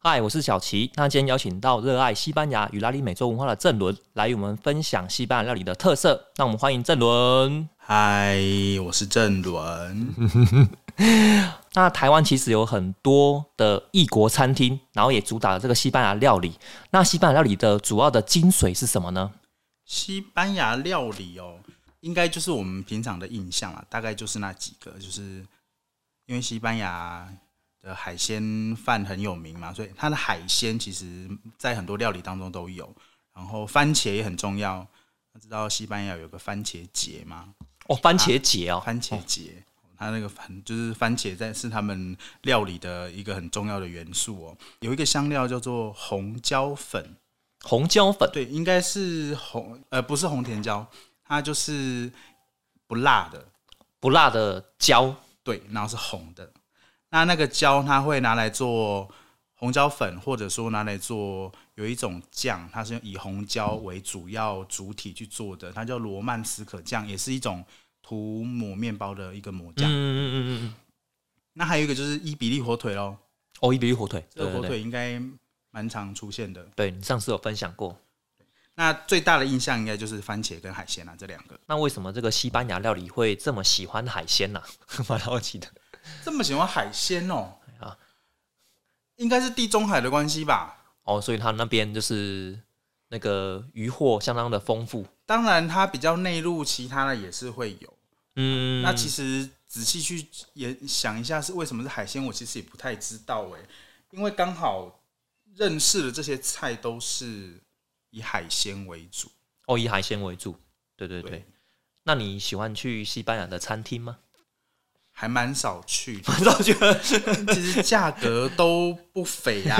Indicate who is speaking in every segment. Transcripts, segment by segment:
Speaker 1: 嗨，我是小齐。那今天邀请到热爱西班牙与拉丁美洲文化的郑伦来与我们分享西班牙料理的特色。那我们欢迎郑伦。
Speaker 2: 嗨，我是郑伦。
Speaker 1: 那台湾其实有很多的异国餐厅，然后也主打了这个西班牙料理。那西班牙料理的主要的精髓是什么呢？
Speaker 2: 西班牙料理哦，应该就是我们平常的印象啊，大概就是那几个，就是因为西班牙的海鲜饭很有名嘛，所以它的海鲜其实在很多料理当中都有。然后番茄也很重要，要知道西班牙有个番茄节吗？
Speaker 1: 哦，番茄节哦，
Speaker 2: 番茄节，它那个番就是番茄在是他们料理的一个很重要的元素哦。有一个香料叫做红椒粉，
Speaker 1: 红椒粉
Speaker 2: 对，应该是红呃不是红甜椒，它就是不辣的，
Speaker 1: 不辣的椒，
Speaker 2: 对，然后是红的。那那个椒它会拿来做红椒粉，或者说拿来做有一种酱，它是用以红椒为主要主体去做的，它叫罗曼斯可酱，也是一种涂抹面包的一个抹
Speaker 1: 嗯
Speaker 2: 酱。
Speaker 1: 嗯嗯嗯嗯，
Speaker 2: 那还有一个就是伊比利火腿喽，
Speaker 1: 哦，伊比利火腿，
Speaker 2: 这个火
Speaker 1: 对对
Speaker 2: 腿应该蛮常出现的。
Speaker 1: 对，对你上次有分享过。
Speaker 2: 那最大的印象应该就是番茄跟海鲜啊啦、这两个。
Speaker 1: 那为什么这个西班牙料理会这么喜欢海鲜呢、 蛮好奇的。
Speaker 2: 这么喜欢海鲜哦、
Speaker 1: 啊
Speaker 2: 应该是地中海的关系吧。
Speaker 1: 哦，所以他那边就是那个渔获相当的丰富。
Speaker 2: 当然，它比较内陆，其他的也是会有。
Speaker 1: 嗯，
Speaker 2: 那其
Speaker 1: 实
Speaker 2: 实仔细去也想一下，是为什么是海鲜，我其实也不太知道哎、因为刚好认识的这些菜都是以海鲜为主。
Speaker 1: 哦，以海鲜为主。对对对。
Speaker 2: 对
Speaker 1: 那你喜欢去西班牙的餐厅吗？
Speaker 2: 还蛮少去 的，
Speaker 1: 我倒觉得，
Speaker 2: 其实价格都不菲啊，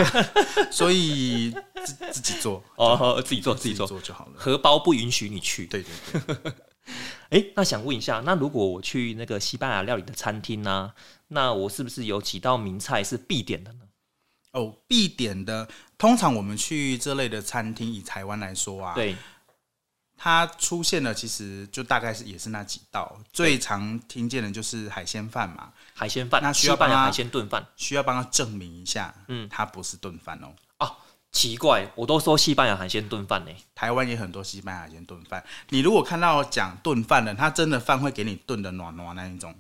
Speaker 2: 所以自自己做，
Speaker 1: 哦，自己做 自
Speaker 2: 自
Speaker 1: 己
Speaker 2: 己
Speaker 1: 做，
Speaker 2: 做就好了。
Speaker 1: 荷包不允许你去。
Speaker 2: 对对对，
Speaker 1: 哎、那想问一下，那如果我去那个西班牙料理的餐厅呢、那我是不是有几道名菜是必点的呢？
Speaker 2: 哦，必点的，通常我们去这类的餐厅，以台湾来说啊，
Speaker 1: 对，
Speaker 2: 它出现的其实就大概是也是那几道，最常听见的就是海鲜饭嘛，
Speaker 1: 海鲜饭，
Speaker 2: 那需
Speaker 1: 西
Speaker 2: 要
Speaker 1: 班牙
Speaker 2: 帮他
Speaker 1: 海鲜炖饭。
Speaker 2: 需要帮他证明一下，
Speaker 1: 嗯
Speaker 2: 嗯，它不是炖饭哦。
Speaker 1: 奇怪，我都说西班牙海鲜炖饭呢、
Speaker 2: 台湾也很多西班牙海鲜炖饭，你如果看到讲炖饭的，他真的饭会给你炖的暖暖那一种，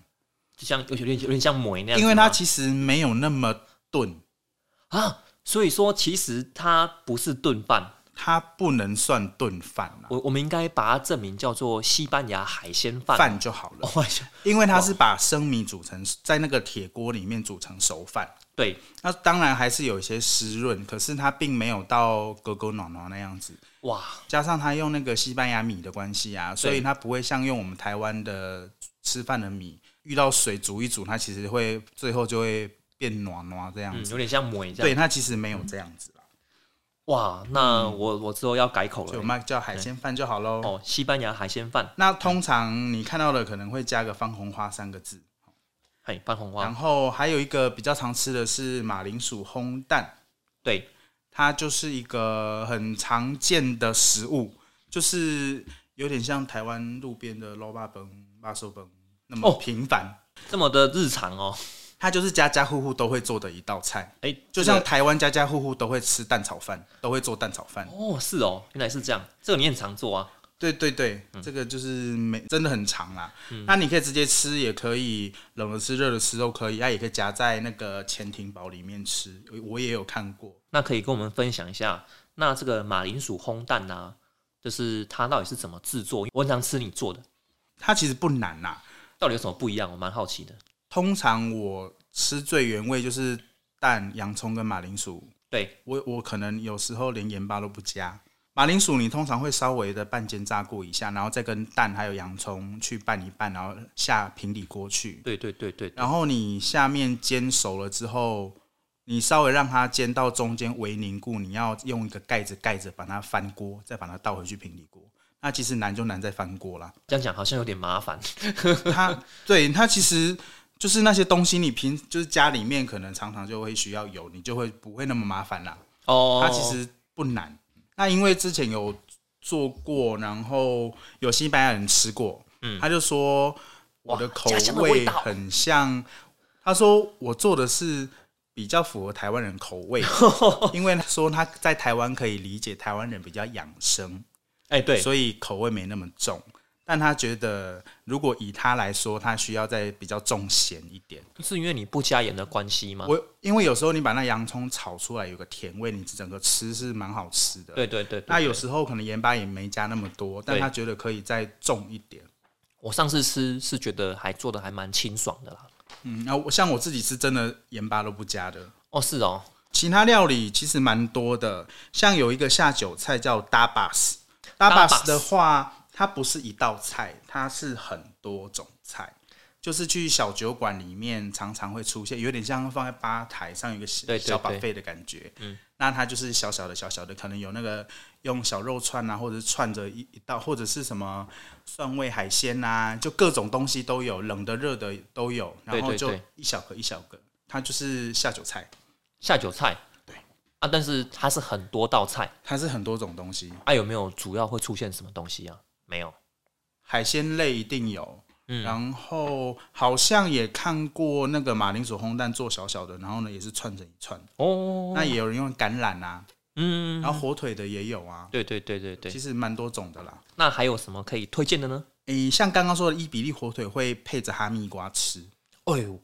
Speaker 1: 就像有点有点像梅那样子吗，
Speaker 2: 因为它其实没有那么炖，
Speaker 1: 啊，所以说其实它不是炖饭，
Speaker 2: 它不能算炖饭啊啦，
Speaker 1: 我我们应该把它证明叫做西班牙海鲜饭。
Speaker 2: 饭就好 了，
Speaker 1: 哦，哎呀
Speaker 2: 因为它是把生米煮成在那个铁锅里面煮成熟饭。
Speaker 1: 对，
Speaker 2: 那当然还是有一些湿润，可是它并没有到狗狗暖暖那样子。
Speaker 1: 哇，
Speaker 2: 加上它用那个西班牙米的关系啊，所以它不会像用我们台湾的吃饭的米，遇到水煮一煮，它其实会最后就会变暖暖这样
Speaker 1: 嗯，
Speaker 2: 子。
Speaker 1: 有点像梅这样。
Speaker 2: 对，它其实没有这样子啦，
Speaker 1: 哇，那我我之后要改口
Speaker 2: 所以我
Speaker 1: 了。
Speaker 2: 们叫海鲜饭就好喽。
Speaker 1: 嗯哦，西班牙海鲜饭，
Speaker 2: 那通常你看到的可能会加个番红花三个字，
Speaker 1: 嘿，拌红
Speaker 2: 然
Speaker 1: 花，
Speaker 2: 后还有一个比较常吃的是马铃薯烘蛋，
Speaker 1: 对，
Speaker 2: 它就是一个很常见的食物，就是有点像台湾路边的肉霸崩、巴寿崩那么
Speaker 1: 哦
Speaker 2: 平凡。
Speaker 1: 这么的日常哦。
Speaker 2: 它就是家家户户都会做的一道菜，
Speaker 1: 哎，
Speaker 2: 就
Speaker 1: 这个
Speaker 2: 像台湾家家户户都会吃蛋炒饭，都会做蛋炒饭。
Speaker 1: 哦，是哦，原来是这样，这个你很常做啊。
Speaker 2: 对对对，这个就是没真的很长啦。那你可以直接吃，也可以冷的吃、热的吃都可以，那也可以夹在那个潜艇堡里面吃。我也有看过，
Speaker 1: 那可以跟我们分享一下，那这个马铃薯烘蛋呢、啊，就是它到底是怎么制作？我很常吃你做的，
Speaker 2: 它其实不难啦。
Speaker 1: 到底有什么不一样？我蛮好奇的。
Speaker 2: 通常我吃最原味就是蛋、洋葱跟马铃薯，
Speaker 1: 对，
Speaker 2: 我我可能有时候连盐巴都不加。马铃薯你通常会稍微的半煎炸过一下，然后再跟蛋还有洋葱去拌一拌，然后下平底锅去。
Speaker 1: 对对对对，
Speaker 2: 然后你下面煎熟了之后，你稍微让它煎到中间微凝固，你要用一个盖子盖着把它翻锅，再把它倒回去平底锅。那其实难就难在翻锅啦，
Speaker 1: 这样讲好像有点麻烦。
Speaker 2: 它 对它其实就是那些东西，你平就是家里面可能常常就会需要有，你就会不会那么麻烦啦。
Speaker 1: 哦，
Speaker 2: 它其实不难。那因为之前有做过，然后有西班牙人吃过，
Speaker 1: 嗯
Speaker 2: 他就说。我的口
Speaker 1: 家乡的味
Speaker 2: 味
Speaker 1: 道
Speaker 2: 很像。他说我做的是比较符合台湾人口 味的，因为他说他在台湾可以理解台湾人比较养生，
Speaker 1: 哎、对，
Speaker 2: 所以口味没那么重。但他觉得，如果以他来说，他需要再比较重咸一点。
Speaker 1: 是因为你不加盐的关系吗？
Speaker 2: 我因为有时候你把那洋葱炒出来有个甜味，你整个吃是蛮好吃的。
Speaker 1: 对对对对
Speaker 2: 那有
Speaker 1: 对
Speaker 2: 时候可能盐巴也没加那么多，但
Speaker 1: 对
Speaker 2: 他觉得可以再重一点。
Speaker 1: 我上次吃是觉得还做的还蛮清爽的啦。
Speaker 2: 嗯，然后我像我自己是真的盐巴都不加的。
Speaker 1: 哦，是哦，
Speaker 2: 其他料理其实蛮多的，像有一个下酒菜叫 dabas。
Speaker 1: Dabas
Speaker 2: dabas 的话，它不是一道菜，它是很多种菜，就是去小酒馆里面常常会出现，有点像放在吧台上有一个小
Speaker 1: 对对
Speaker 2: 小
Speaker 1: 对
Speaker 2: buffet 的感觉。嗯，那它就是小小的、小小的，可能有那个用小肉串啊，或者是串着一一道，或者是什么蒜味海鲜啊，就各种东西都有，冷的、热的都有，然后
Speaker 1: 对对
Speaker 2: 就
Speaker 1: 对
Speaker 2: 一小个一小个，它就是下酒菜。
Speaker 1: 下酒菜。
Speaker 2: 对
Speaker 1: 啊，但是它是很多道菜，
Speaker 2: 它是很多种东西，
Speaker 1: 啊，有没有主要会出现什么东西啊？没有，
Speaker 2: 海鲜类一定有，
Speaker 1: 嗯
Speaker 2: 然后好像也看过那个马铃薯烘蛋做小小的，然后呢也是串成一串，
Speaker 1: 哦，
Speaker 2: 那也有人用橄榄啊，
Speaker 1: 嗯，
Speaker 2: 然后火腿的也有啊，
Speaker 1: 对对对对对，
Speaker 2: 其实蛮多种的啦。
Speaker 1: 那还有什么可以推荐的呢？
Speaker 2: 诶，像刚刚说的伊比利火腿会配着哈密瓜吃，
Speaker 1: 哎呦，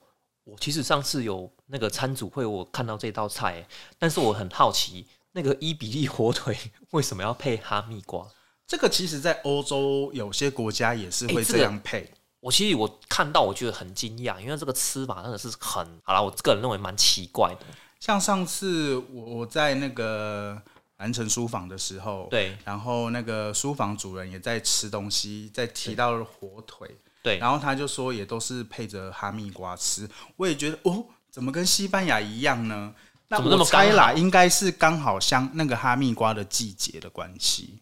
Speaker 1: 我其实上次有那个餐组会，我看到这道菜欸，但是我很好奇，那个伊比利火腿 为什么要配哈密瓜？
Speaker 2: 这个其实在欧洲有些国家也是
Speaker 1: 诶
Speaker 2: 会
Speaker 1: 这
Speaker 2: 这
Speaker 1: 个
Speaker 2: 样配。
Speaker 1: 我其实我看到我觉得很惊讶，因为这个吃法真的是很好啦，我个人认为蛮奇怪的。
Speaker 2: 像上次我我在那个南城书房的时候，
Speaker 1: 对
Speaker 2: 然后那个书房主人也在吃东西，在提到火腿，
Speaker 1: 对
Speaker 2: 然后他就说也都是配着哈密瓜吃，我也觉得哦，怎么跟西班牙一样呢？那
Speaker 1: 怎么那么
Speaker 2: 我猜
Speaker 1: 刚好
Speaker 2: 啦，应该是刚好像那个哈密瓜的季节的关系。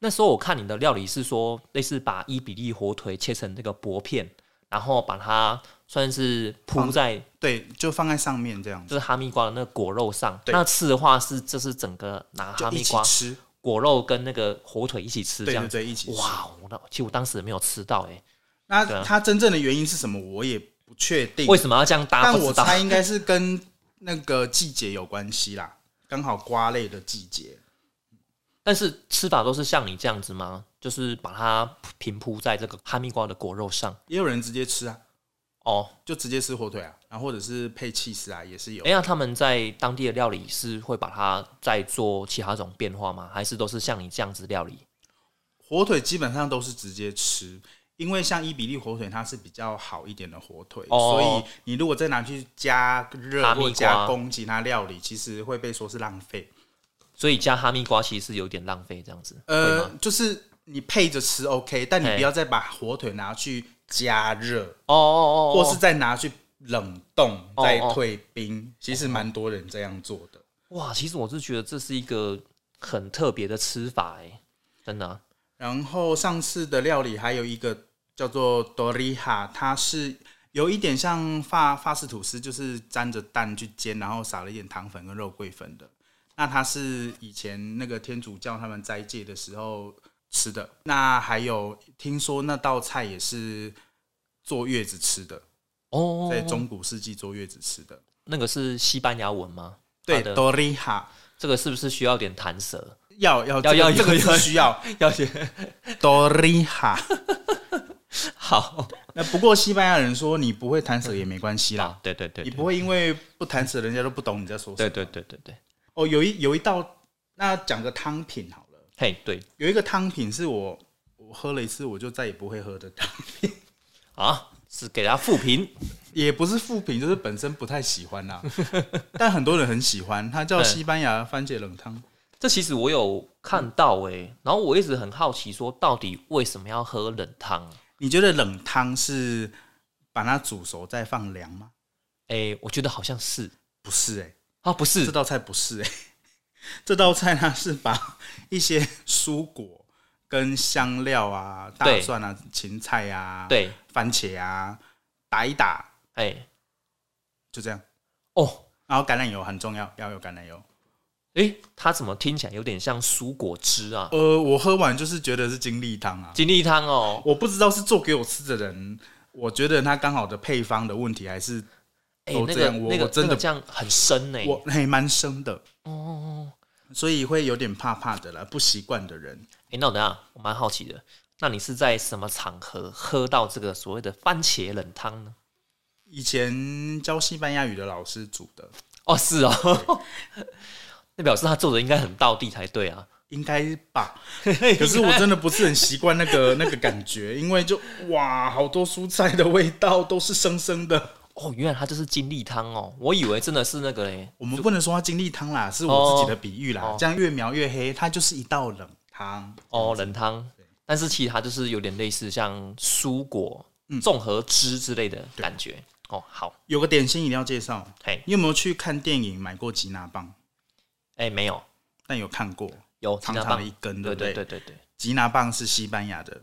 Speaker 1: 那时候我看你的料理是说，类似把伊比利火腿切成这个薄片，然后把它算是铺在
Speaker 2: 对，就放在上面这样
Speaker 1: 就
Speaker 2: 子，
Speaker 1: 是哈密瓜的那个果肉上。
Speaker 2: 对
Speaker 1: 那吃的话是就是整个拿哈
Speaker 2: 就一
Speaker 1: 密
Speaker 2: 起
Speaker 1: 瓜
Speaker 2: 吃，
Speaker 1: 果肉跟那个火腿一起吃这
Speaker 2: 对
Speaker 1: 样
Speaker 2: 对
Speaker 1: 子。
Speaker 2: 对，一起吃。
Speaker 1: 哇，我那其实我当时没有吃到哎、对啊
Speaker 2: 那它真正的原因是什么？我也不确定。
Speaker 1: 为什么要这样搭？
Speaker 2: 但
Speaker 1: 不
Speaker 2: 我
Speaker 1: 知道。
Speaker 2: 猜应该是跟那个季节有关系啦，刚好瓜类的季节。
Speaker 1: 但是吃法都是像你这样子吗？就是把它平铺在这个哈密瓜的果肉上
Speaker 2: 也有人直接吃啊，
Speaker 1: 哦。
Speaker 2: 就直接吃火腿啊，然后或者是配气司啊，也是有。
Speaker 1: 哎、那他们在当地的料理是会把它再做其他种变化吗？还是都是像你这样子料理？
Speaker 2: 火腿基本上都是直接吃，因为像伊比利火腿它是比较好一点的火腿，
Speaker 1: 哦
Speaker 2: 所以你如果再拿去加
Speaker 1: 哈
Speaker 2: 热
Speaker 1: 密瓜
Speaker 2: 或加工其他料理，其实会被说是浪费。
Speaker 1: 所以加哈密瓜其实是有点浪费，这样子，会
Speaker 2: 呃
Speaker 1: 吗？，
Speaker 2: 就是你配着吃 OK，但你
Speaker 1: 嘿
Speaker 2: 不要再把火腿拿去加热。
Speaker 1: 哦哦哦，
Speaker 2: 或是再拿去冷冻
Speaker 1: 哦
Speaker 2: 再退冰，其实蛮多人这样做的。
Speaker 1: 哇，其实我是觉得这是一个很特别的吃法、哎，真的啊、
Speaker 2: 然后上次的料理还有一个叫做多利哈，它是有一点像法法式吐司，就是沾着蛋去煎，然后撒了一点糖粉跟肉桂粉的。那它是以前那个天主教他们斋戒的时候吃的。那还有听说那道菜也是坐月子吃的，
Speaker 1: 哦，
Speaker 2: 在中古世纪坐月子吃的。
Speaker 1: 那个是西班牙文吗？
Speaker 2: 对
Speaker 1: 它的，
Speaker 2: 多利哈。
Speaker 1: 这个是不是需要点弹舌？
Speaker 2: 要要这个
Speaker 1: 要要
Speaker 2: 这个
Speaker 1: 要
Speaker 2: 是需要
Speaker 1: 要点
Speaker 2: 多利哈。
Speaker 1: 好
Speaker 2: 那不过西班牙人说你不会弹舌也没关系啦，
Speaker 1: 啦，对对对
Speaker 2: 你
Speaker 1: 对
Speaker 2: 不会因为不弹舌人家都不懂你在说什
Speaker 1: 对
Speaker 2: 么。
Speaker 1: 对对对对，
Speaker 2: 哦，有一有一道，那讲个汤品好了，
Speaker 1: 嘿，对
Speaker 2: 有一个汤品是我我喝了一次我就再也不会喝的汤，
Speaker 1: 啊，是给他复评
Speaker 2: 也不是副品，就是本身不太喜 欢啦，但很多人很喜欢，它叫
Speaker 1: 嗯
Speaker 2: 西班牙番茄冷汤。
Speaker 1: 这其实我有看到哎、然后我一直很好奇，说到底为什么要喝冷汤啊？
Speaker 2: 你觉得冷汤是把它煮熟再放凉吗？
Speaker 1: 哎、我觉得好像是
Speaker 2: 不是哎、
Speaker 1: 啊，不
Speaker 2: 这
Speaker 1: 是
Speaker 2: 道菜不是哎、 这道菜它是把一些蔬果跟香料啊、大
Speaker 1: 对
Speaker 2: 蒜啊、芹菜啊、
Speaker 1: 对，
Speaker 2: 番茄啊打一打，
Speaker 1: 哎、
Speaker 2: 就这样。
Speaker 1: 哦，
Speaker 2: 然后橄榄油很重要，要有橄榄油。
Speaker 1: 哎、它怎么听起来有点像蔬果汁啊？
Speaker 2: 呃，我喝完就是觉得是精力汤啊，
Speaker 1: 精力汤哦，
Speaker 2: 我不知道是做给我吃的人，我觉得它刚好的配方的问题还是
Speaker 1: 哎、
Speaker 2: 都
Speaker 1: 那
Speaker 2: 这
Speaker 1: 个
Speaker 2: 样我
Speaker 1: 那
Speaker 2: 我
Speaker 1: 个
Speaker 2: 真
Speaker 1: 那
Speaker 2: 的
Speaker 1: 个酱很深欸呢、
Speaker 2: 我还蛮生的，
Speaker 1: 哦哦哦，
Speaker 2: 所以会有点怕怕的啦，不习惯的人。
Speaker 1: 哎、那我等一下，我蛮好奇的，那你是在什么场合喝到这个所谓的番茄冷汤呢？
Speaker 2: 以前教西班牙语的老师煮的，
Speaker 1: 哦，是哦， 那表示他做的应该很到地才对啊。
Speaker 2: 应该吧？可是我真的不是很习惯那个那个感觉，因为就哇，好多蔬菜的味道都是生生的。
Speaker 1: 哦，原来它就是精力汤哦，我以为真的是那个欸嘞。
Speaker 2: 我们不能说它精力汤啦，是我自己的比喻啦。
Speaker 1: 哦
Speaker 2: 这样越描越黑，它就是一道冷汤。
Speaker 1: 哦，冷汤，但是其实它就是有点类似像蔬果
Speaker 2: 嗯
Speaker 1: 综合汁之类的感觉。哦，好，
Speaker 2: 有个点心一定要介绍，
Speaker 1: 嘿，
Speaker 2: 你有没有去看电影买过吉拿棒？
Speaker 1: 哎、没有，
Speaker 2: 但有看过，
Speaker 1: 有
Speaker 2: 长
Speaker 1: 吉拿
Speaker 2: 长的
Speaker 1: 棒
Speaker 2: 一根，
Speaker 1: 对
Speaker 2: 不对？
Speaker 1: 对对对，
Speaker 2: 吉拿棒是西班牙的，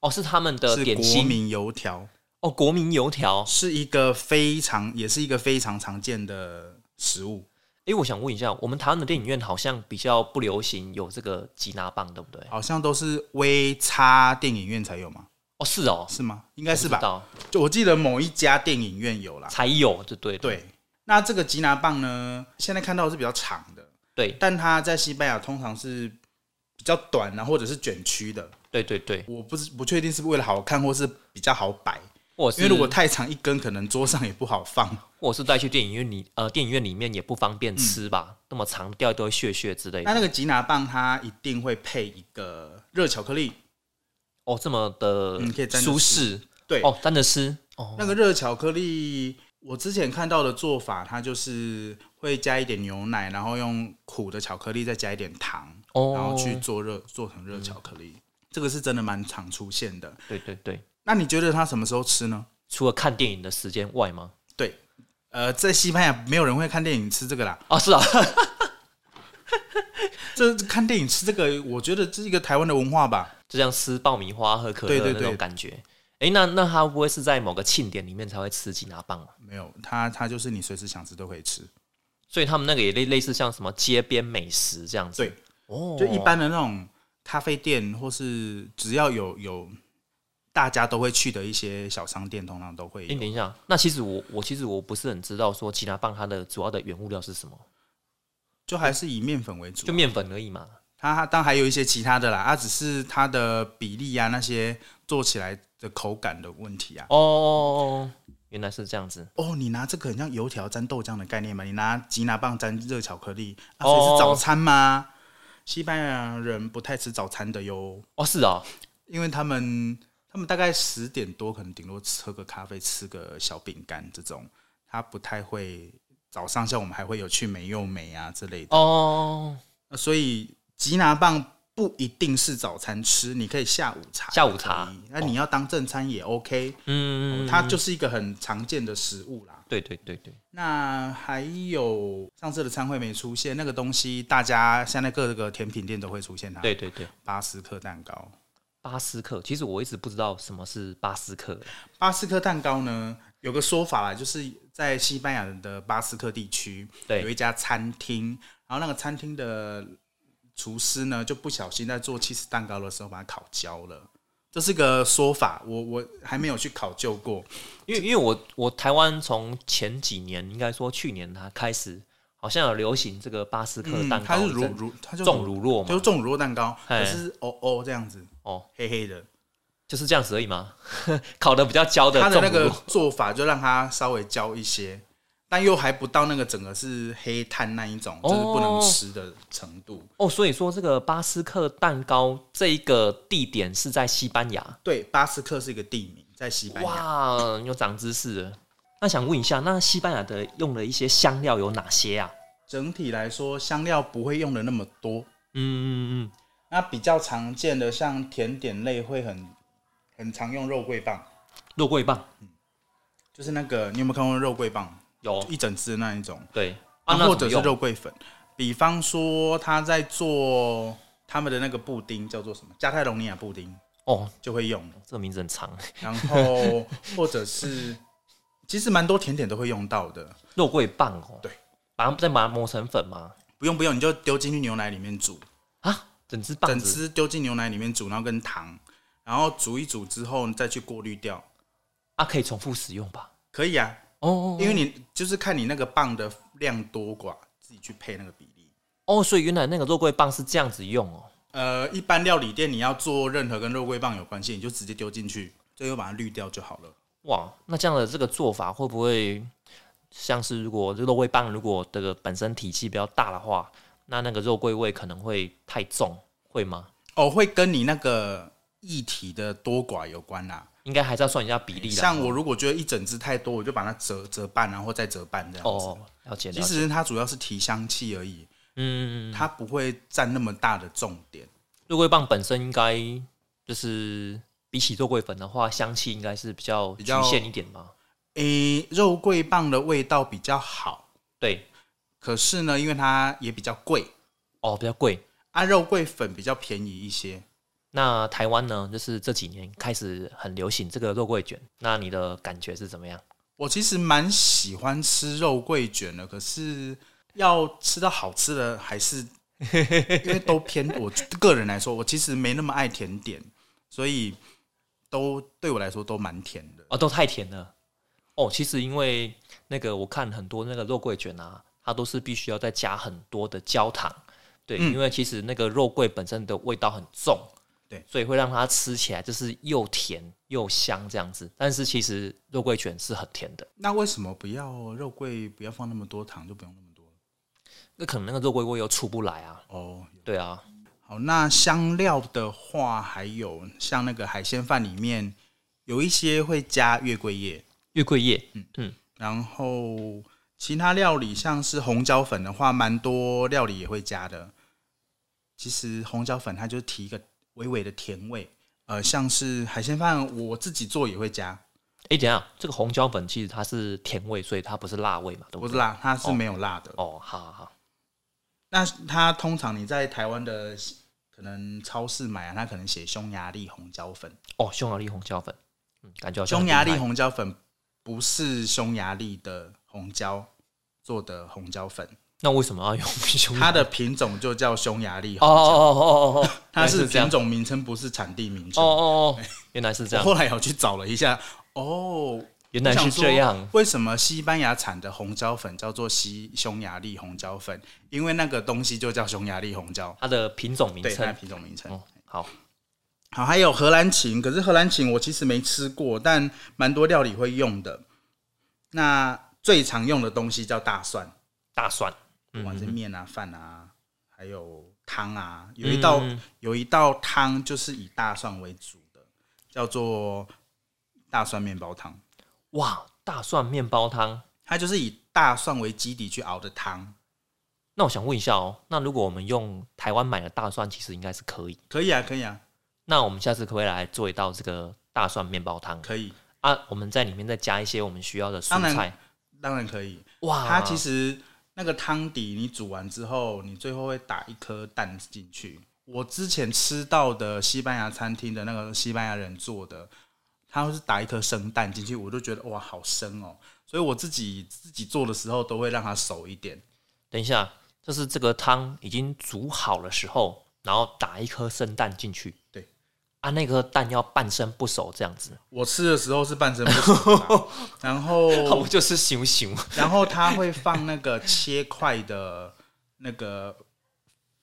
Speaker 1: 哦，是他们的
Speaker 2: 是
Speaker 1: 点
Speaker 2: 国
Speaker 1: 心
Speaker 2: 民油条，
Speaker 1: 哦，国民油条。
Speaker 2: 是一个非常也是一个非常常见的食物。
Speaker 1: 哎、我想问一下，我们台湾的电影院好像比较不流行有这个吉拿棒，对不对？
Speaker 2: 好像都是微差电影院才有嘛？
Speaker 1: 哦，是哦，
Speaker 2: 是吗？应该是
Speaker 1: 不知
Speaker 2: 吧？
Speaker 1: 道
Speaker 2: 就我记得某一家电影院有啦。
Speaker 1: 才有，就对了
Speaker 2: 对，那这个吉拿棒呢，现在看到的是比较长的，
Speaker 1: 对
Speaker 2: 但它在西班牙通常是比较短啊，或者是卷曲的。
Speaker 1: 对对对，
Speaker 2: 我不是不确定是为了好看，或是比较好摆，
Speaker 1: 或者是
Speaker 2: 因为如果太长一根，可能桌上也不好放。
Speaker 1: 或者是带去电影院里，呃，电影院里面也不方便吃吧，那么长掉一堆屑屑之类的。
Speaker 2: 那那个吉拿棒它一定会配一个热巧克力，
Speaker 1: 哦，这么的
Speaker 2: 嗯可以沾着
Speaker 1: 舒适，
Speaker 2: 对，
Speaker 1: 哦，沾着吃，哦，
Speaker 2: 那个热巧克力，我之前看到的做法，它就是会加一点牛奶，然后用苦的巧克力再加一点糖，
Speaker 1: 哦，
Speaker 2: 然后去做热做成热巧克力。这个是真的蛮常出现的。
Speaker 1: 对对对，
Speaker 2: 那你觉得它什么时候吃呢？
Speaker 1: 除了看电影的时间外吗？
Speaker 2: 对，呃，在西班牙没有人会看电影吃这个啦。
Speaker 1: 啊，是啊，
Speaker 2: 这看电影吃这个，我觉得这是一个台湾的文化吧。
Speaker 1: 就像吃爆米花、喝可
Speaker 2: 对
Speaker 1: 乐
Speaker 2: 对
Speaker 1: 那种
Speaker 2: 对
Speaker 1: 感觉。哎、那那他会不会是在某个庆典里面才会吃吉拿棒啊？
Speaker 2: 没有，它它就是你随时想吃都可以吃。
Speaker 1: 所以他们那个也类类似像什么街边美食这样子。
Speaker 2: 对，
Speaker 1: 哦，
Speaker 2: 就一般的那种咖啡店，或是只要有有大家都会去的一些小商店，通常都会
Speaker 1: 哎，
Speaker 2: 有。
Speaker 1: 等一下，那其实我我其实我不是很知道说吉拿棒它的主要的原物料是什么，
Speaker 2: 就还是以面粉为主啊
Speaker 1: 就。面粉而已嘛。
Speaker 2: 它当然还有一些其他的啦，啊它、只是它的比例啊，那些做起来的口感的问题啊。
Speaker 1: 哦，原来是这样子。
Speaker 2: 哦，你拿这个很像油条沾豆浆的概念嘛？你拿吉拿棒沾热巧克力，啊，
Speaker 1: 哦
Speaker 2: 所以是早餐吗？西班牙人不太吃早餐的哟，
Speaker 1: 哦，是哦，
Speaker 2: 因为他们他们大概十点多可能顶多吃喝个咖啡，吃个小饼干这种，他不太会早上像我们还会有去美又美啊之类的，
Speaker 1: 哦，
Speaker 2: 呃所以吉拿棒不一定是早餐吃，你可以下午茶，
Speaker 1: 下午茶，哦
Speaker 2: 那你要当正餐也 OK，、哦
Speaker 1: 嗯，
Speaker 2: 它就是一个很常见的食物啦。
Speaker 1: 对对对对，
Speaker 2: 那还有上次的餐会没出现那个东西，大家现在各个甜品店都会出现它。
Speaker 1: 对，对对，
Speaker 2: 巴斯克蛋糕，
Speaker 1: 啊巴斯克，其实我一直不知道什么是巴斯克。
Speaker 2: 巴斯克蛋糕呢有个说法啦，就是在西班牙的巴斯克地区有
Speaker 1: 对，
Speaker 2: 一家餐厅，然后那个餐厅的厨师呢就不小心在做起司蛋糕的时候把它烤焦了，这是个说法，我我还没有去考究过。
Speaker 1: 因为因为我我台湾从前几年，应该说去年它开始好像有流行这个巴斯克蛋糕，
Speaker 2: 嗯它是乳乳，它就
Speaker 1: 重乳酪
Speaker 2: 就
Speaker 1: 嘛，
Speaker 2: 是重乳酪蛋糕，
Speaker 1: 嘿
Speaker 2: 可是哦哦这样子
Speaker 1: 哦，
Speaker 2: 黑黑的。
Speaker 1: 就是这样子而已嘛， 烤的比较焦的
Speaker 2: 他的
Speaker 1: 重
Speaker 2: 那
Speaker 1: 乳
Speaker 2: 个
Speaker 1: 酪，
Speaker 2: 做法就让它稍微焦一些，但又还不到那个整个是黑炭那一种，
Speaker 1: 哦
Speaker 2: 就是不能吃的程度。
Speaker 1: 哦，所以说这个巴斯克蛋糕这一个地点是在西班牙。
Speaker 2: 对，巴斯克是一个地名，在西班牙。
Speaker 1: 哇，又长知识了。那想问一下，那西班牙的用的一些香料有哪些啊？
Speaker 2: 整体来说，香料不会用的那么多。
Speaker 1: 嗯嗯嗯，
Speaker 2: 那比较常见的，像甜点类会很很常用肉桂棒，
Speaker 1: 肉桂棒
Speaker 2: 就是那个你有没有看过肉桂棒？
Speaker 1: 有，
Speaker 2: 一整只那一种，
Speaker 1: 对嗯啊，
Speaker 2: 啊、
Speaker 1: 那
Speaker 2: 或
Speaker 1: 怎
Speaker 2: 者
Speaker 1: 么
Speaker 2: 是
Speaker 1: 用
Speaker 2: 肉桂粉。比方说他在做他们的那个布丁叫做什么？加泰隆尼亚布丁
Speaker 1: 哦，
Speaker 2: 就会用。
Speaker 1: 这个名字很长，
Speaker 2: 然后或者是，其实蛮多甜点都会用到的，
Speaker 1: 肉桂棒哦，
Speaker 2: 对，
Speaker 1: 把它再把它磨成粉吗？
Speaker 2: 不用不用，你就丢进去牛奶里面煮，
Speaker 1: 啊，整只棒
Speaker 2: 整
Speaker 1: 子
Speaker 2: 只丢进牛奶里面煮，然后跟糖，然后煮一煮之后你再去过滤掉，
Speaker 1: 啊，可以重复使用吧？
Speaker 2: 可以啊，
Speaker 1: 哦哦
Speaker 2: 因为你就是看你那个棒的量多寡，自己去配那个比例。
Speaker 1: 哦，所以原来那个肉桂棒是这样子用哦。
Speaker 2: 呃，一般料理店你要做任何跟肉桂棒有关系，你就直接丢进去，最后把它滤掉就好了。
Speaker 1: 哇，那这样的这个做法会不会像是如果这肉桂棒如果这个本身体积比较大的话，那那个肉桂味可能会太重，会吗？
Speaker 2: 哦，会跟你那个液体的多寡有关啦、
Speaker 1: 应该还是要算一下比例的。
Speaker 2: 像我如果觉得一整只太多，我就把它折折半，然后再折半这样子。
Speaker 1: 哦，了解
Speaker 2: 其
Speaker 1: 了解，
Speaker 2: 实它主要是提香气而已，
Speaker 1: 嗯，
Speaker 2: 它不会占那么大的重点。
Speaker 1: 肉桂棒本身应该就是比起肉桂粉的话，香气应该是比较
Speaker 2: 比
Speaker 1: 局
Speaker 2: 较
Speaker 1: 限一点嘛。
Speaker 2: 诶、肉桂棒的味道比较好，
Speaker 1: 对，
Speaker 2: 可是呢，因为它也比较贵，
Speaker 1: 哦，比较贵。
Speaker 2: 啊，肉桂粉比较便宜一些。
Speaker 1: 那台湾呢，就是这几年开始很流行这个肉桂卷，那你的感觉是怎么样？
Speaker 2: 我其实蛮喜欢吃肉桂卷的，可是要吃到好吃的，还是 因为都偏我个人来说，我其实没那么爱甜点，所以都对我来说都蛮甜的。
Speaker 1: 哦，都太甜了。哦，其实因为那个我看很多那个肉桂卷啊，它都是必须要再加很多的焦糖，对，
Speaker 2: 嗯
Speaker 1: 因为其实那个肉桂本身的味道很重，
Speaker 2: 对，
Speaker 1: 所以会让它吃起来就是又甜又香这样子。但是其实肉桂卷是很甜的，
Speaker 2: 那为什么不要肉桂不要放那么多糖，就不用那么多？
Speaker 1: 那可能那个肉桂味又出不来啊。
Speaker 2: 哦，
Speaker 1: 对啊，
Speaker 2: 好，那香料的话，还有像那个海鲜饭里面有一些会加月桂叶，
Speaker 1: 月桂叶，
Speaker 2: 嗯然后其他料理像是红椒粉的话，蛮多料理也会加的。其实红椒粉它就提一个微微的甜味，呃，像是海鲜饭我自己做也会加，
Speaker 1: 哎，等一下，这个红椒粉其实它是甜味，所以它不是辣味嘛，对
Speaker 2: 不
Speaker 1: 对
Speaker 2: 是辣，它是没有辣的。
Speaker 1: 哦，好好好，
Speaker 2: 那它通常你在台湾的可能超市买啊，它可能写匈牙利红椒粉，
Speaker 1: 哦，匈牙利红椒粉，嗯，感觉好像
Speaker 2: 匈
Speaker 1: 很
Speaker 2: 牙
Speaker 1: 厉
Speaker 2: 利
Speaker 1: 害
Speaker 2: 红椒粉不是匈牙利的红椒做的红椒粉，
Speaker 1: 那为什么要用 匈牙
Speaker 2: 它的品种就叫匈牙利
Speaker 1: 嗯哦
Speaker 2: 红椒。
Speaker 1: 哦哦哦 哦，
Speaker 2: 它
Speaker 1: 原
Speaker 2: 是
Speaker 1: 来这样
Speaker 2: 品。种名称，不是产地名
Speaker 1: 哦
Speaker 2: 称。
Speaker 1: 哦哦，原来是这
Speaker 2: 我
Speaker 1: 样，
Speaker 2: 后来有去找了一下，哦，
Speaker 1: 原来是这
Speaker 2: 我想说
Speaker 1: 样。
Speaker 2: 为什么西班牙产的红椒粉叫做西匈牙利红椒粉？因为那个东西就叫匈牙利红椒，
Speaker 1: 它的品种名
Speaker 2: 对，它的
Speaker 1: 称。
Speaker 2: 品种名称。
Speaker 1: 哦，好，
Speaker 2: 好，还有荷兰芹，可是荷兰芹我其实没吃过，但蛮多料理会用的。那最常用的东西叫大蒜，
Speaker 1: 大蒜。
Speaker 2: 不
Speaker 1: 嗯
Speaker 2: 管是面啊、饭啊，还有汤啊，有一
Speaker 1: 嗯
Speaker 2: 道有一道汤就是以大蒜为主的，叫做大蒜面包汤。
Speaker 1: 哇，大蒜面包汤。
Speaker 2: 它就是以大蒜为基底去熬的汤，
Speaker 1: 那我想问一下哦，那如果我们用台湾买的大蒜，其实应该是可以。
Speaker 2: 可以啊，可以啊，
Speaker 1: 那我们下次可不可以来做一道这个大蒜面包汤
Speaker 2: 可以，
Speaker 1: 啊？我们在里面再加一些我们需要的
Speaker 2: 当
Speaker 1: 蔬
Speaker 2: 然
Speaker 1: 菜。
Speaker 2: 当然可以。
Speaker 1: 哇，
Speaker 2: 它其实那个汤底你煮完之后，你最后会打一颗蛋进去。我之前吃到的西班牙餐厅的那个西班牙人做的，他是打一颗生蛋进去，我就觉得哇，好生哦。所以我自己自己做的时候都会让它熟一点。
Speaker 1: 等一下，就是这个汤已经煮好的时候，然后打一颗生蛋进去。
Speaker 2: 对，
Speaker 1: 啊，那颗蛋要半生不熟这样 子，
Speaker 2: 我吃的时候是半生不熟的啦，然后
Speaker 1: 不就是熊熊？
Speaker 2: 然后他会放那个切块的那个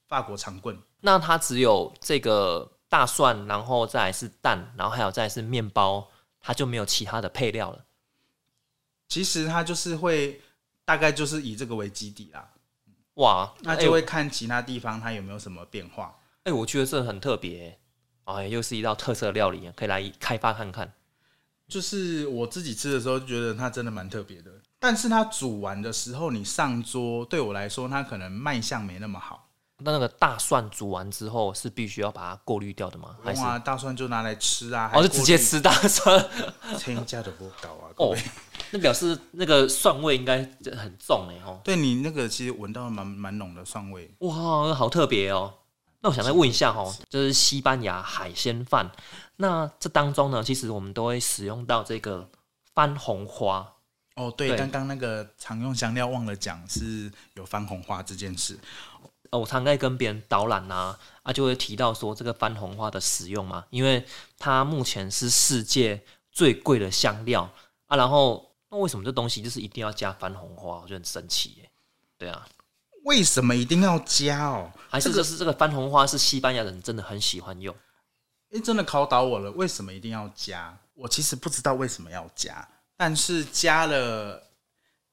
Speaker 2: 法国长棍，
Speaker 1: 那它只有这个大蒜，然后再来是蛋，然后还有再来是面包，它就没有其他的配料了。
Speaker 2: 其实他就是会大概就是以这个为基底啦，
Speaker 1: 哇，
Speaker 2: 那
Speaker 1: 哎
Speaker 2: 就
Speaker 1: 我
Speaker 2: 会看其他地方它有没有什么变化。
Speaker 1: 哎、我觉得这很特别、哎，又是一道特色料理，可以来开发看看。
Speaker 2: 就是我自己吃的时候就觉得它真的蛮特别的，但是它煮完的时候你上桌，对我来说它可能卖相没那么好。
Speaker 1: 那那个大蒜煮完之后是必须要把它过滤掉的吗？还是
Speaker 2: 哇，大蒜啊就拿来吃啊，
Speaker 1: 哦，就直接
Speaker 2: 吃，
Speaker 1: 吃大蒜？
Speaker 2: 添加的不高 啊。
Speaker 1: 哦
Speaker 2: 哦，，
Speaker 1: 那表示那个蒜味应该很重哎哦。
Speaker 2: 对你那个其实闻到蛮蛮浓的蒜味，
Speaker 1: 哇，好特别哦。那我想再问一下哦，就是西班牙海鲜饭，那这当中呢，其实我们都会使用到这个番红花。
Speaker 2: 哦，对，
Speaker 1: 对
Speaker 2: 刚刚那个常用香料忘了讲，是有番红花这件事。
Speaker 1: 呃，我常在跟别人导览啊，啊就会提到说这个番红花的使用嘛，因为它目前是世界最贵的香料啊，然后那为什么这东西就是一定要加番红花？我就很神奇耶、对啊，
Speaker 2: 为什么一定要加哦？
Speaker 1: 还是就是这个番红花是西班牙人真的很喜欢用，
Speaker 2: 哎、真的考倒我了，为什么一定要加？我其实不知道为什么要加，但是加了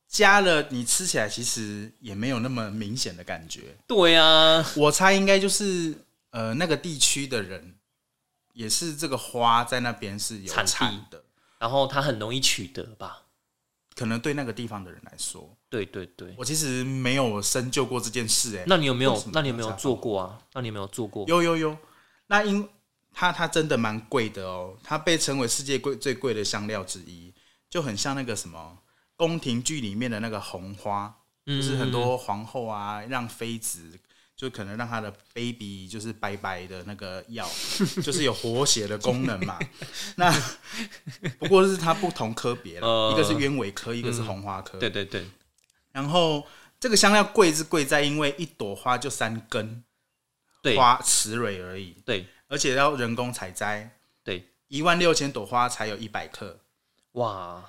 Speaker 2: 加了，你吃起来其实也没有那么明显的感觉。
Speaker 1: 对啊，
Speaker 2: 我猜应该就是呃那个地区的人，也是这个花在那边是有
Speaker 1: 产地
Speaker 2: 产的，
Speaker 1: 然后它很容易取得吧？
Speaker 2: 可能对那个地方的人来说，
Speaker 1: 对对对，
Speaker 2: 我其实没有深究过这件事、哎，
Speaker 1: 那你有没
Speaker 2: 为
Speaker 1: 有
Speaker 2: 什么？
Speaker 1: 那你有没有
Speaker 2: 要加
Speaker 1: 做过啊？那你有没有做过？
Speaker 2: 有有有，那因它它真的蛮贵的哦，它被称为世界贵最贵的香料之一，就很像那个什么宫廷剧里面的那个红花，
Speaker 1: 嗯
Speaker 2: 就是很多皇后啊，让妃子。就可能让她的 baby 就是白白的那个药， 就是有活血的功能嘛。那不过是它不同科别了，
Speaker 1: 呃
Speaker 2: 一个是鸢尾科，一个是红花科。
Speaker 1: 嗯对对对，
Speaker 2: 然后这个香料贵是贵在，因为一朵花就三根
Speaker 1: 对
Speaker 2: 花雌蕊而已，
Speaker 1: 对
Speaker 2: 而且要人工采摘，
Speaker 1: 对，
Speaker 2: 一万六千朵花才有一百克，
Speaker 1: 哇，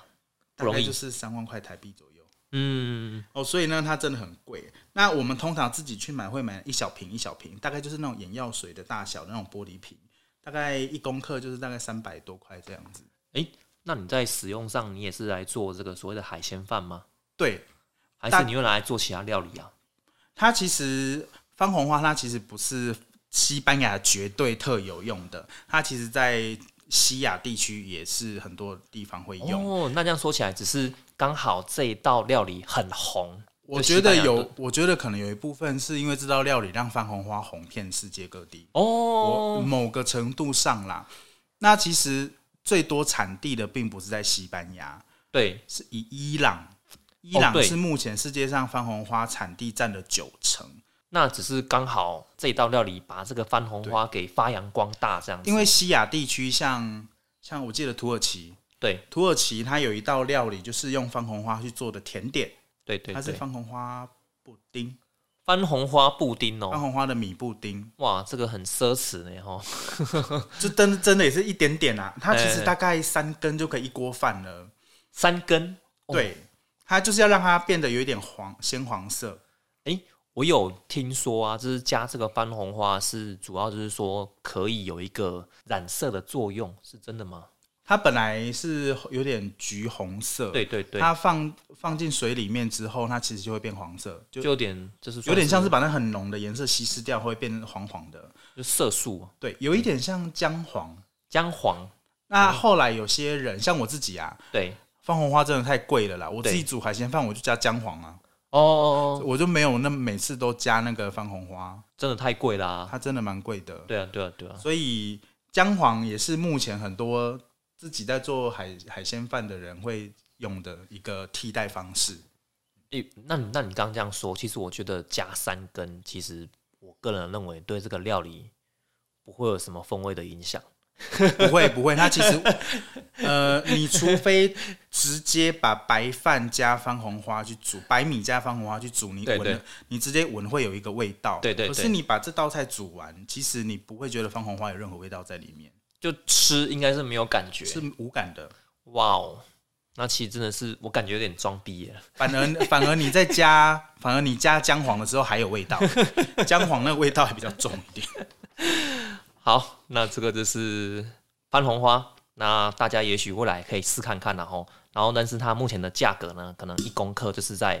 Speaker 1: 不
Speaker 2: 大
Speaker 1: 容
Speaker 2: 概
Speaker 1: 易
Speaker 2: 就是三万块台币左右。
Speaker 1: 嗯，
Speaker 2: 哦，所以呢，它真的很贵。那我们通常自己去买会买一小瓶一小瓶，大概就是那种眼药水的大小那种玻璃瓶，大概一公克就是大概三百多块这样子。
Speaker 1: 那你在使用上，你也是来做这个所谓的海鲜饭吗？
Speaker 2: 对，
Speaker 1: 还
Speaker 2: 大
Speaker 1: 是你会拿来做其他料理啊？
Speaker 2: 它其实番红花，它其实不是西班牙绝对特有用的，它其实在西亚地区也是很多地方会用。
Speaker 1: 哦，那这样说起来，只是刚好这一道料理很红，就
Speaker 2: 我觉
Speaker 1: 西班
Speaker 2: 得
Speaker 1: 牙
Speaker 2: 有
Speaker 1: 的，
Speaker 2: 我觉得可能有一部分是因为这道料理让番红花红遍世界各地，我
Speaker 1: 哦，
Speaker 2: 某个程度上啦。那其实最多产地的并不是在西班牙，
Speaker 1: 对，
Speaker 2: 是以伊朗。伊
Speaker 1: 哦
Speaker 2: 朗
Speaker 1: 对
Speaker 2: 是目前世界上番红花产地占了九成，
Speaker 1: 嗯那只是刚好这一道料理把这个番红花给发扬光大，这样子。
Speaker 2: 因为西亚地区像像我记得土耳其，
Speaker 1: 对
Speaker 2: 土耳其它有一道料理就是用番红花去做的甜点，
Speaker 1: 对对
Speaker 2: 它是
Speaker 1: 对，
Speaker 2: 番红花布丁，
Speaker 1: 番红花布丁
Speaker 2: 番
Speaker 1: 哦，
Speaker 2: 红花的米布丁，
Speaker 1: 哇，这个很奢侈呢哦。
Speaker 2: 这真真的也是一点点啊，它其实
Speaker 1: 哎
Speaker 2: 大概三根就可以一锅饭了。
Speaker 1: 三根，哦
Speaker 2: 对，它就是要让它变得有一点黄鲜黄色。
Speaker 1: 我有听说啊，就是加这个番红花是主要就是说可以有一个染色的作用，是真的吗？
Speaker 2: 它本来是有点橘红色，
Speaker 1: 对对对，
Speaker 2: 它放放进水里面之后，它其实就会变黄色，就
Speaker 1: 就有点就是
Speaker 2: 有
Speaker 1: 算
Speaker 2: 点像是把那很浓的颜色稀释掉，会变黄黄的。
Speaker 1: 就色素
Speaker 2: 对，有一点像姜黄。
Speaker 1: 姜黄，
Speaker 2: 那后来有些人像我自己啊，
Speaker 1: 对
Speaker 2: 放红花真的太贵了啦！我自
Speaker 1: 对
Speaker 2: 己煮海鲜饭，我就加姜黄啊，
Speaker 1: 哦哦，哦
Speaker 2: 我就没有那每次都加那个番红花，
Speaker 1: 真的太贵啦、
Speaker 2: 它真的蛮贵的。
Speaker 1: 对啊对啊对啊，
Speaker 2: 所以姜黄也是目前很多自己在做海海鲜饭的人会用的一个替代方式。
Speaker 1: 诶、那你那你刚刚这样说，其实我觉得加三根，其实我个人认为对这个料理不会有什么风味的影响。
Speaker 2: 不会不会，它其实呃，你除非直接把白饭加番红花去煮，白米加番红花去煮，你
Speaker 1: 对
Speaker 2: 闻
Speaker 1: 对
Speaker 2: 了你直接闻会有一个味道。
Speaker 1: 对对
Speaker 2: 可是
Speaker 1: 对
Speaker 2: 你把这道菜煮完，其实你不会觉得番红花有任何味道在里面，
Speaker 1: 就吃应该是没有感觉，
Speaker 2: 是无感的。
Speaker 1: 哇哦，那其实真的是我感觉有点装逼耶。
Speaker 2: 反而反而你在加，反而你加姜黄的时候还有味道，姜黄那个味道还比较重一点。
Speaker 1: 好，那这个就是番红花，那大家也许未来可以试看看然后，然后但是它目前的价格呢，可能一公克就是在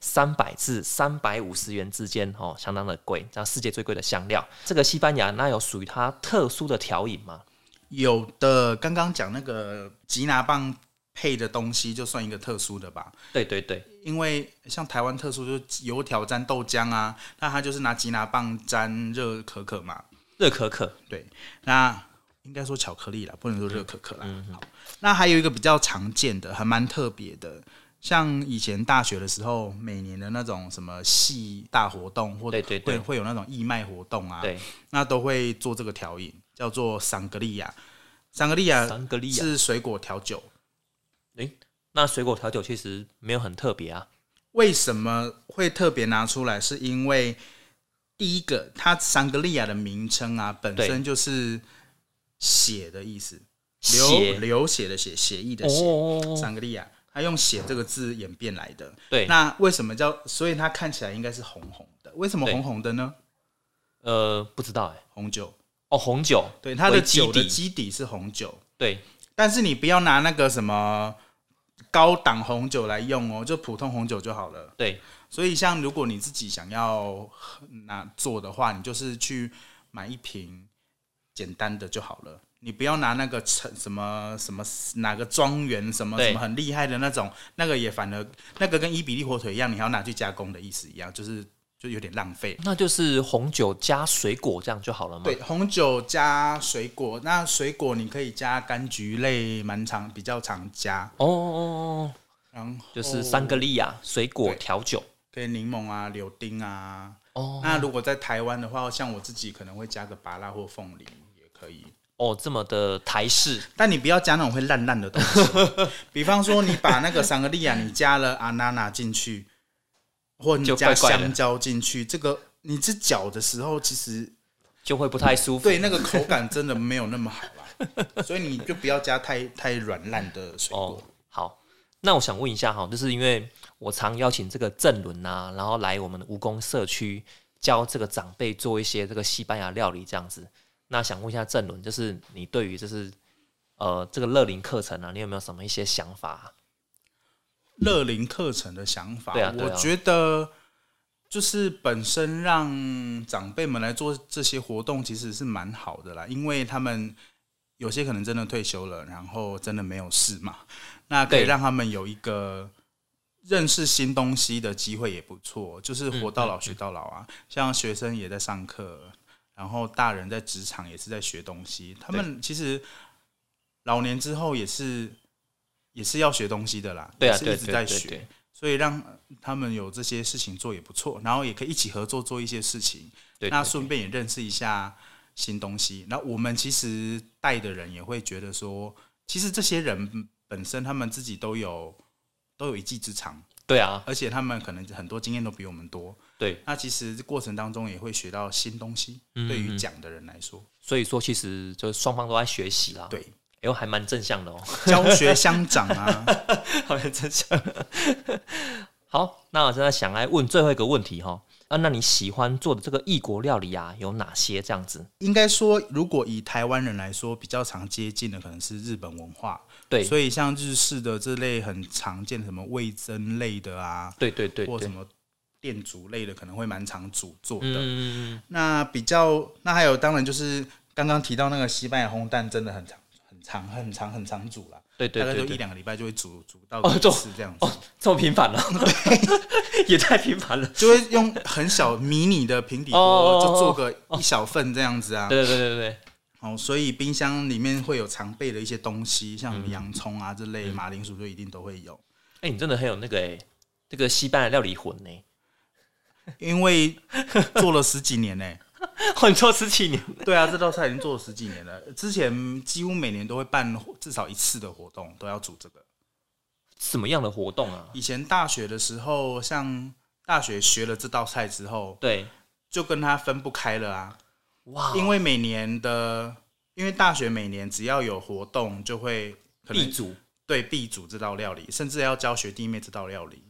Speaker 1: 三百至三百五十元之间哦，相当的贵，这样世界最贵的香料。这个西班牙那有属于它特殊的调饮吗？
Speaker 2: 有的刚刚讲那个吉拿棒配的东西，就算一个特殊的吧，
Speaker 1: 对对对，
Speaker 2: 因为像台湾特殊就是油条沾豆浆啊，那他就是拿吉拿棒沾热可可嘛，
Speaker 1: 热可可，
Speaker 2: 对，那应该说巧克力啦，不能说热可可啦。
Speaker 1: 嗯
Speaker 2: 好，那还有一个比较常见的，还蛮特别的。像以前大学的时候，每年的那种什么系大活动，或者
Speaker 1: 对对对
Speaker 2: 会会有那种义卖活动啊，
Speaker 1: 对，
Speaker 2: 那都会做这个调饮，叫做桑格利亚。桑格利亚
Speaker 1: 桑格利亚。
Speaker 2: 呃是水果调酒，
Speaker 1: 那水果调酒其实没有很特别啊，
Speaker 2: 为什么会特别拿出来？是因为第一个，啊它桑格利亚的名称啊，本
Speaker 1: 对
Speaker 2: 身就是血的意思，流
Speaker 1: 血
Speaker 2: 流血的血，血液的血，
Speaker 1: 哦，
Speaker 2: 桑格利亚，啊它用血这个字演变来的。
Speaker 1: 对，
Speaker 2: 那为什么叫？所以它看起来应该是红红的，为什么
Speaker 1: 对
Speaker 2: 红红的呢？
Speaker 1: 呃，不知道哎、
Speaker 2: 红酒，
Speaker 1: 哦，红酒，
Speaker 2: 对，它的
Speaker 1: 为基
Speaker 2: 酒的
Speaker 1: 底
Speaker 2: 基底是红酒，
Speaker 1: 对，
Speaker 2: 但是你不要拿那个什么高档红酒来用哦，就普通红酒就好了。
Speaker 1: 对，
Speaker 2: 所以像如果你自己想要呃拿做的话，你就是去买一瓶简单的就好了。你不要拿那个成什么什么哪个庄园什么
Speaker 1: 对
Speaker 2: 什么很厉害的那种，那个也反而那个跟伊比利火腿一样，你还要拿去加工的意思一样，就是就有点浪费。
Speaker 1: 那就是红酒加水果这样就好了嘛。
Speaker 2: 对，红酒加水果，那水果你可以加柑橘类，蛮常比较常加，
Speaker 1: 哦，哦哦哦，
Speaker 2: 然后
Speaker 1: 就是三个利亚水果调酒。
Speaker 2: 对柠檬啊、柳丁啊。
Speaker 1: 哦
Speaker 2: 那如果在台湾的话，像我自己可能会加个芭拉或凤梨也可以，
Speaker 1: 哦，这么的台式
Speaker 2: 但你不要加那种会烂烂的 东西。比方说，你把那个桑格利亚，你加了阿娜娜进去，或你
Speaker 1: 就
Speaker 2: 加
Speaker 1: 怪怪的
Speaker 2: 香蕉进去，这个你吃嚼的时候，其实
Speaker 1: 就会不太舒服。
Speaker 2: 对那个口感真的没有那么好啦。所以你就不要加太太软烂的水果。
Speaker 1: 哦，好，那我想问一下哈，就是因为我常邀请这个郑伦啊，然后来我们的蜈蚣社区教这个长辈做一些这个西班牙料理这样子。那想问一下郑伦，就是你对于就是呃这个乐龄课程啊，你有没有什么一些想法啊、
Speaker 2: 乐龄课程的想法，
Speaker 1: 对啊对
Speaker 2: 我
Speaker 1: 啊
Speaker 2: 觉得就是本身让长辈们来做这些活动，其实是蛮好的啦，因为他们有些可能真的退休了，然后真的没有事嘛，那可以
Speaker 1: 对
Speaker 2: 让他们有一个认识新东西的机会也不错，就是活到
Speaker 1: 嗯
Speaker 2: 老学到老啊。像学生也在上课，然后大人在职场也是在学东西，他们其实老年之后也是。也是要学东西的啦，
Speaker 1: 对啊，
Speaker 2: 也是
Speaker 1: 对
Speaker 2: 一直
Speaker 1: 对
Speaker 2: 在
Speaker 1: 对
Speaker 2: 学，
Speaker 1: 对，
Speaker 2: 所以让他们有这些事情做也不错，然后也可以一起合作做一些事情，
Speaker 1: 对
Speaker 2: 那
Speaker 1: 对
Speaker 2: 顺便也认识一下新东西。那我们其实带的人也会觉得说，其实这些人本身他们自己都有都有一技之长，
Speaker 1: 对啊，
Speaker 2: 而且他们可能很多经验都比我们多。
Speaker 1: 对，
Speaker 2: 那其实过程当中也会学到新东西，
Speaker 1: 嗯
Speaker 2: 对于
Speaker 1: 嗯
Speaker 2: 讲的人来说，
Speaker 1: 所以说其实就是双方都在学习啦。
Speaker 2: 对
Speaker 1: 哎呦，还蛮正向的哦，
Speaker 2: 教学相长啊，
Speaker 1: 还蛮正向。好，那我现在想来问最后一个问题哈、啊，那你喜欢做的这个异国料理啊，有哪些这样子？
Speaker 2: 应该说，如果以台湾人来说，比较常接近的可能是日本文化。
Speaker 1: 对
Speaker 2: 所以像日式的这类很常见，什么味噌类的啊，
Speaker 1: 对对对
Speaker 2: 或
Speaker 1: 对
Speaker 2: 什，么电煮类的，可能会蛮常煮做的。
Speaker 1: 嗯，
Speaker 2: 那比较，那还有当然就是刚刚提到那个西班牙烘蛋，真的很常、很常、很常、很常煮啦。
Speaker 1: 对对
Speaker 2: 大概
Speaker 1: 对
Speaker 2: 就一
Speaker 1: 对，
Speaker 2: 两个礼拜就会煮煮到
Speaker 1: 哦
Speaker 2: 一次这样子，
Speaker 1: 这么频繁 了， 也太频繁了。
Speaker 2: 就会用很小迷你的平底
Speaker 1: 哦
Speaker 2: 锅，
Speaker 1: 哦哦
Speaker 2: 就做个一小份这样子啊。
Speaker 1: 对对对对对，
Speaker 2: 哦，所以冰箱里面会有常备的一些东西，像什么洋葱啊这
Speaker 1: 嗯
Speaker 2: 类，马铃薯就一定都会有。
Speaker 1: 哎，你真的很有那个哎，这个西班牙料理魂呢，
Speaker 2: 因为做了十几年呢、
Speaker 1: 很做十几年。
Speaker 2: 对啊，这道菜已经做了十几年了。之前几乎每年都会办至少一次的活动，都要煮这个。
Speaker 1: 什么样的活动啊？
Speaker 2: 以前大学的时候，像大学学了这道菜之后，
Speaker 1: 对，
Speaker 2: 就跟它分不开了啊。
Speaker 1: 哇，
Speaker 2: 因为每年的，因为大学每年只要有活动，就会可
Speaker 1: 地
Speaker 2: 能
Speaker 1: 主
Speaker 2: 对必煮这道料理，甚至要教学弟妹这道料理。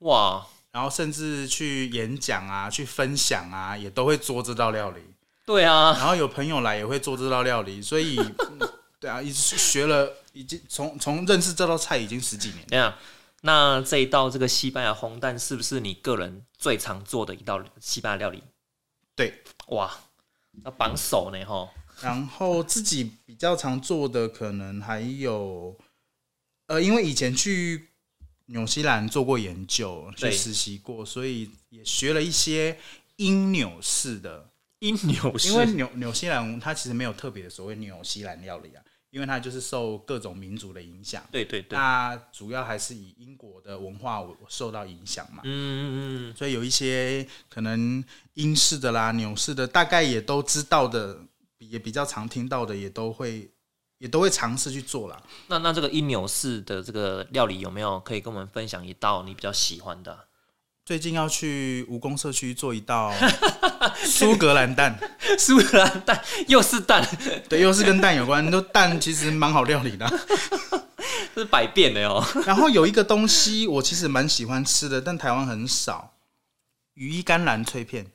Speaker 1: 哇，
Speaker 2: 然后甚至去演讲啊、去分享啊，也都会做这道料理。
Speaker 1: 对啊，
Speaker 2: 然后有朋友来也会做这道料理，所以嗯对啊，一直学了，已经从从认识这道菜已经十几年了。
Speaker 1: 这样。那这一道这个西班牙烘蛋是不是你个人最常做的一道西班牙料理？
Speaker 2: 对，
Speaker 1: 哇，那榜首呢？哈，
Speaker 2: 然后自己比较常做的可能还有，呃，因为以前去纽西兰做过研究，去
Speaker 1: 对
Speaker 2: 实习过，所以也学了一些英纽式的
Speaker 1: 因纽式
Speaker 2: 因为纽纽西兰它其实没有特别的所谓纽西兰料理啊，因为它就是受各种民族的影响，
Speaker 1: 对对嗯对，
Speaker 2: 那主要还是以英国的文化为受到影响嘛，
Speaker 1: 嗯嗯嗯，
Speaker 2: 所以有一些可能英式的啦、纽式的，大概也都知道的，也比较常听到的，也都会也都会尝试去做啦。
Speaker 1: 那那这个因纽式的这个料理有没有可以跟我们分享一道你比较喜欢的啊？
Speaker 2: 最近要去蜈蚣社区做一道苏格兰蛋，
Speaker 1: 苏格兰蛋啊又是蛋，
Speaker 2: 对，又是跟蛋有关。都蛋其实蛮好料理的啊。
Speaker 1: 这是百变的哦。
Speaker 2: 然后有一个东西我其实蛮喜欢吃的，但台湾很少，羽衣甘蓝脆片。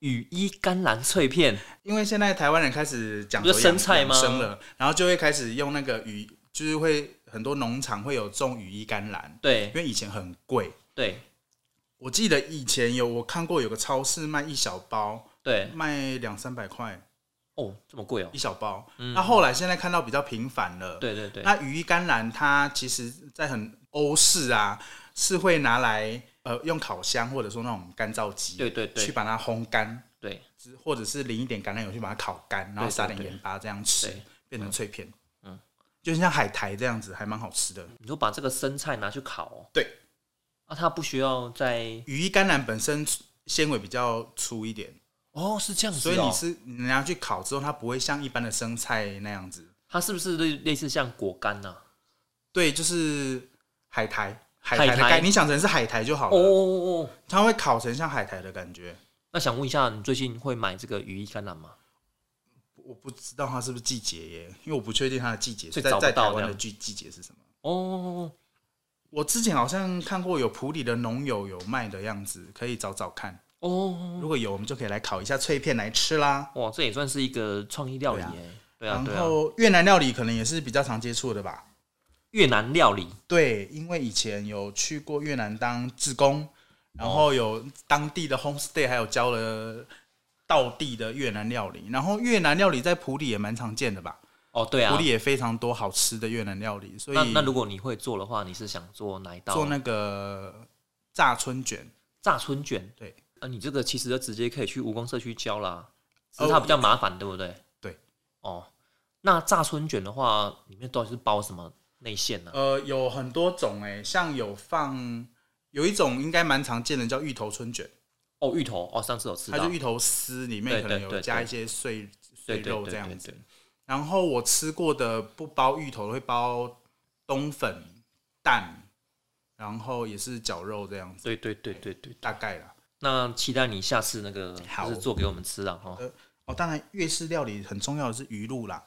Speaker 1: 羽衣甘蓝脆片，
Speaker 2: 因为现在台湾人开始讲
Speaker 1: 不
Speaker 2: 究
Speaker 1: 是生菜吗
Speaker 2: 生了，然后就会开始用那个羽，就是会很多农场会有种羽衣甘蓝，
Speaker 1: 对
Speaker 2: 因为以前很贵。
Speaker 1: 对
Speaker 2: 我记得以前有我看过有个超市卖一小包，
Speaker 1: 对，
Speaker 2: 卖两三百块
Speaker 1: 哦，这么贵哦
Speaker 2: 一。小包。
Speaker 1: 嗯
Speaker 2: 那、后来现在看到比较频繁了，
Speaker 1: 对对对，
Speaker 2: 那羽衣甘蓝它其实在很欧式啊，是会拿来呃用烤箱或者说那种干燥机，
Speaker 1: 对对对
Speaker 2: 去把它烘干，
Speaker 1: 对
Speaker 2: 之或者是淋一点橄榄油去把它烤干，然后撒点
Speaker 1: 对对
Speaker 2: 盐巴这样吃
Speaker 1: 对，
Speaker 2: 变成脆片，
Speaker 1: 嗯
Speaker 2: 嗯，就像海苔这样子，还蛮好吃的。
Speaker 1: 你就把这个生菜拿去烤、哦。
Speaker 2: 对，
Speaker 1: 啊，它不需要再
Speaker 2: 羽衣甘蓝本身纤维比较粗一点，
Speaker 1: 哦，是这样子、
Speaker 2: 所
Speaker 1: 哦。
Speaker 2: 以你吃你拿去烤之后，它不会像一般的生菜那样子，
Speaker 1: 它是不是类类似像果干呐、
Speaker 2: 对，就是海苔。海
Speaker 1: 海
Speaker 2: 苔的
Speaker 1: 苔
Speaker 2: 概念，你想成是海苔就好
Speaker 1: 哦
Speaker 2: 了，
Speaker 1: 哦哦。
Speaker 2: 它会烤成像海苔的感觉。
Speaker 1: 那想问一下，你最近会买这个羽衣甘蓝吗？
Speaker 2: 我不知道它是不是季节耶，因为我不确定它的季节
Speaker 1: 所以
Speaker 2: 在
Speaker 1: 找不
Speaker 2: 在
Speaker 1: 到
Speaker 2: 台
Speaker 1: 这
Speaker 2: 湾
Speaker 1: 样
Speaker 2: 的季季节是什么。
Speaker 1: 哦，
Speaker 2: 我之前好像看过有普里的农友有卖的样子，可以找找看。
Speaker 1: 哦，
Speaker 2: 如果有，我们就可以来烤一下脆片来吃啦。
Speaker 1: 哇，这也算是一个创意料理
Speaker 2: 对啊
Speaker 1: 耶。对啊，
Speaker 2: 然
Speaker 1: 对啊，
Speaker 2: 后越南料理可能也是比较常接触的吧。
Speaker 1: 越南料理
Speaker 2: 对，因为以前有去过越南当志工，
Speaker 1: 哦
Speaker 2: 然后有当地的 homestay，还有教了道地的越南料理。然后越南料理在普里也蛮常见的吧，
Speaker 1: 哦，对啊
Speaker 2: 普里。也非常多好吃的越南料理。所
Speaker 1: 那
Speaker 2: 以
Speaker 1: 那如果你会做的话，你是想做哪一道？
Speaker 2: 做那个炸春卷，
Speaker 1: 炸春卷。
Speaker 2: 对，
Speaker 1: 啊，你这个其实就直接可以去蜈蚣社区教啦，只
Speaker 2: 哦
Speaker 1: 是它比较麻烦，对不对？
Speaker 2: 对。
Speaker 1: 哦，那炸春卷的话，里面到底是包什么内馅呢？
Speaker 2: 呃，有很多种哎、像有放有一种应该蛮常见的叫芋头春卷，
Speaker 1: 哦，芋头哦，上次有吃
Speaker 2: 呃它
Speaker 1: 到。
Speaker 2: 就芋头丝里面
Speaker 1: 对
Speaker 2: 可
Speaker 1: 对
Speaker 2: 能
Speaker 1: 对
Speaker 2: 有
Speaker 1: 对
Speaker 2: 加一些碎碎
Speaker 1: 对对
Speaker 2: 肉
Speaker 1: 对
Speaker 2: 这样
Speaker 1: 对
Speaker 2: 子
Speaker 1: 对。
Speaker 2: 然后我吃过的不包芋头，会包冬粉、蛋，然后也是绞肉这样子，
Speaker 1: 对对对对对，
Speaker 2: 大概啦。
Speaker 1: 那期待你下次那个
Speaker 2: 好
Speaker 1: 就是做给我们吃了哈。
Speaker 2: 哦，当然粤式料理很重要的是鱼露啦，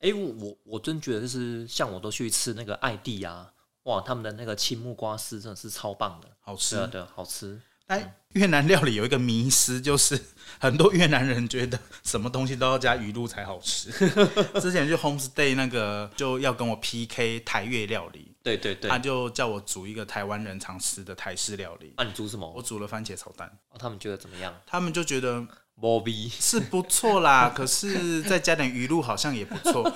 Speaker 1: 哎、我我我真觉得就是像我都去吃那个艾地啊，哇，他们的那个青木瓜丝真的是超棒的，
Speaker 2: 好吃
Speaker 1: 对啊。对啊，好吃。
Speaker 2: 但越南料理有一个迷思，就是 很多越南人觉得什么东西都要加鱼露才 好吃。之前去 homestay 那个就要跟我 PK 台越料理，
Speaker 1: 对对对，
Speaker 2: 他
Speaker 1: 那、
Speaker 2: 就叫我煮一个台湾人常吃的台式料理，
Speaker 1: 啊你煮什么、
Speaker 2: 我煮了番茄炒蛋，
Speaker 1: 哦他们觉得怎么样
Speaker 2: 他们就觉得
Speaker 1: ？Bobby，
Speaker 2: 是不错啦，可是再加点鱼露好像也不错。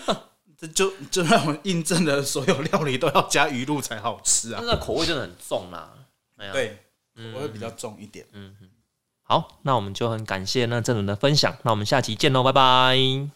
Speaker 2: 这就就让我印证了所有料理都要加鱼露才好吃啊
Speaker 1: 那。个口味真的很重啦。哎呀，
Speaker 2: 对，我会比较重一点。
Speaker 1: 好，那我们就很感谢那郑伦的分享，那我们下期见喽，拜拜。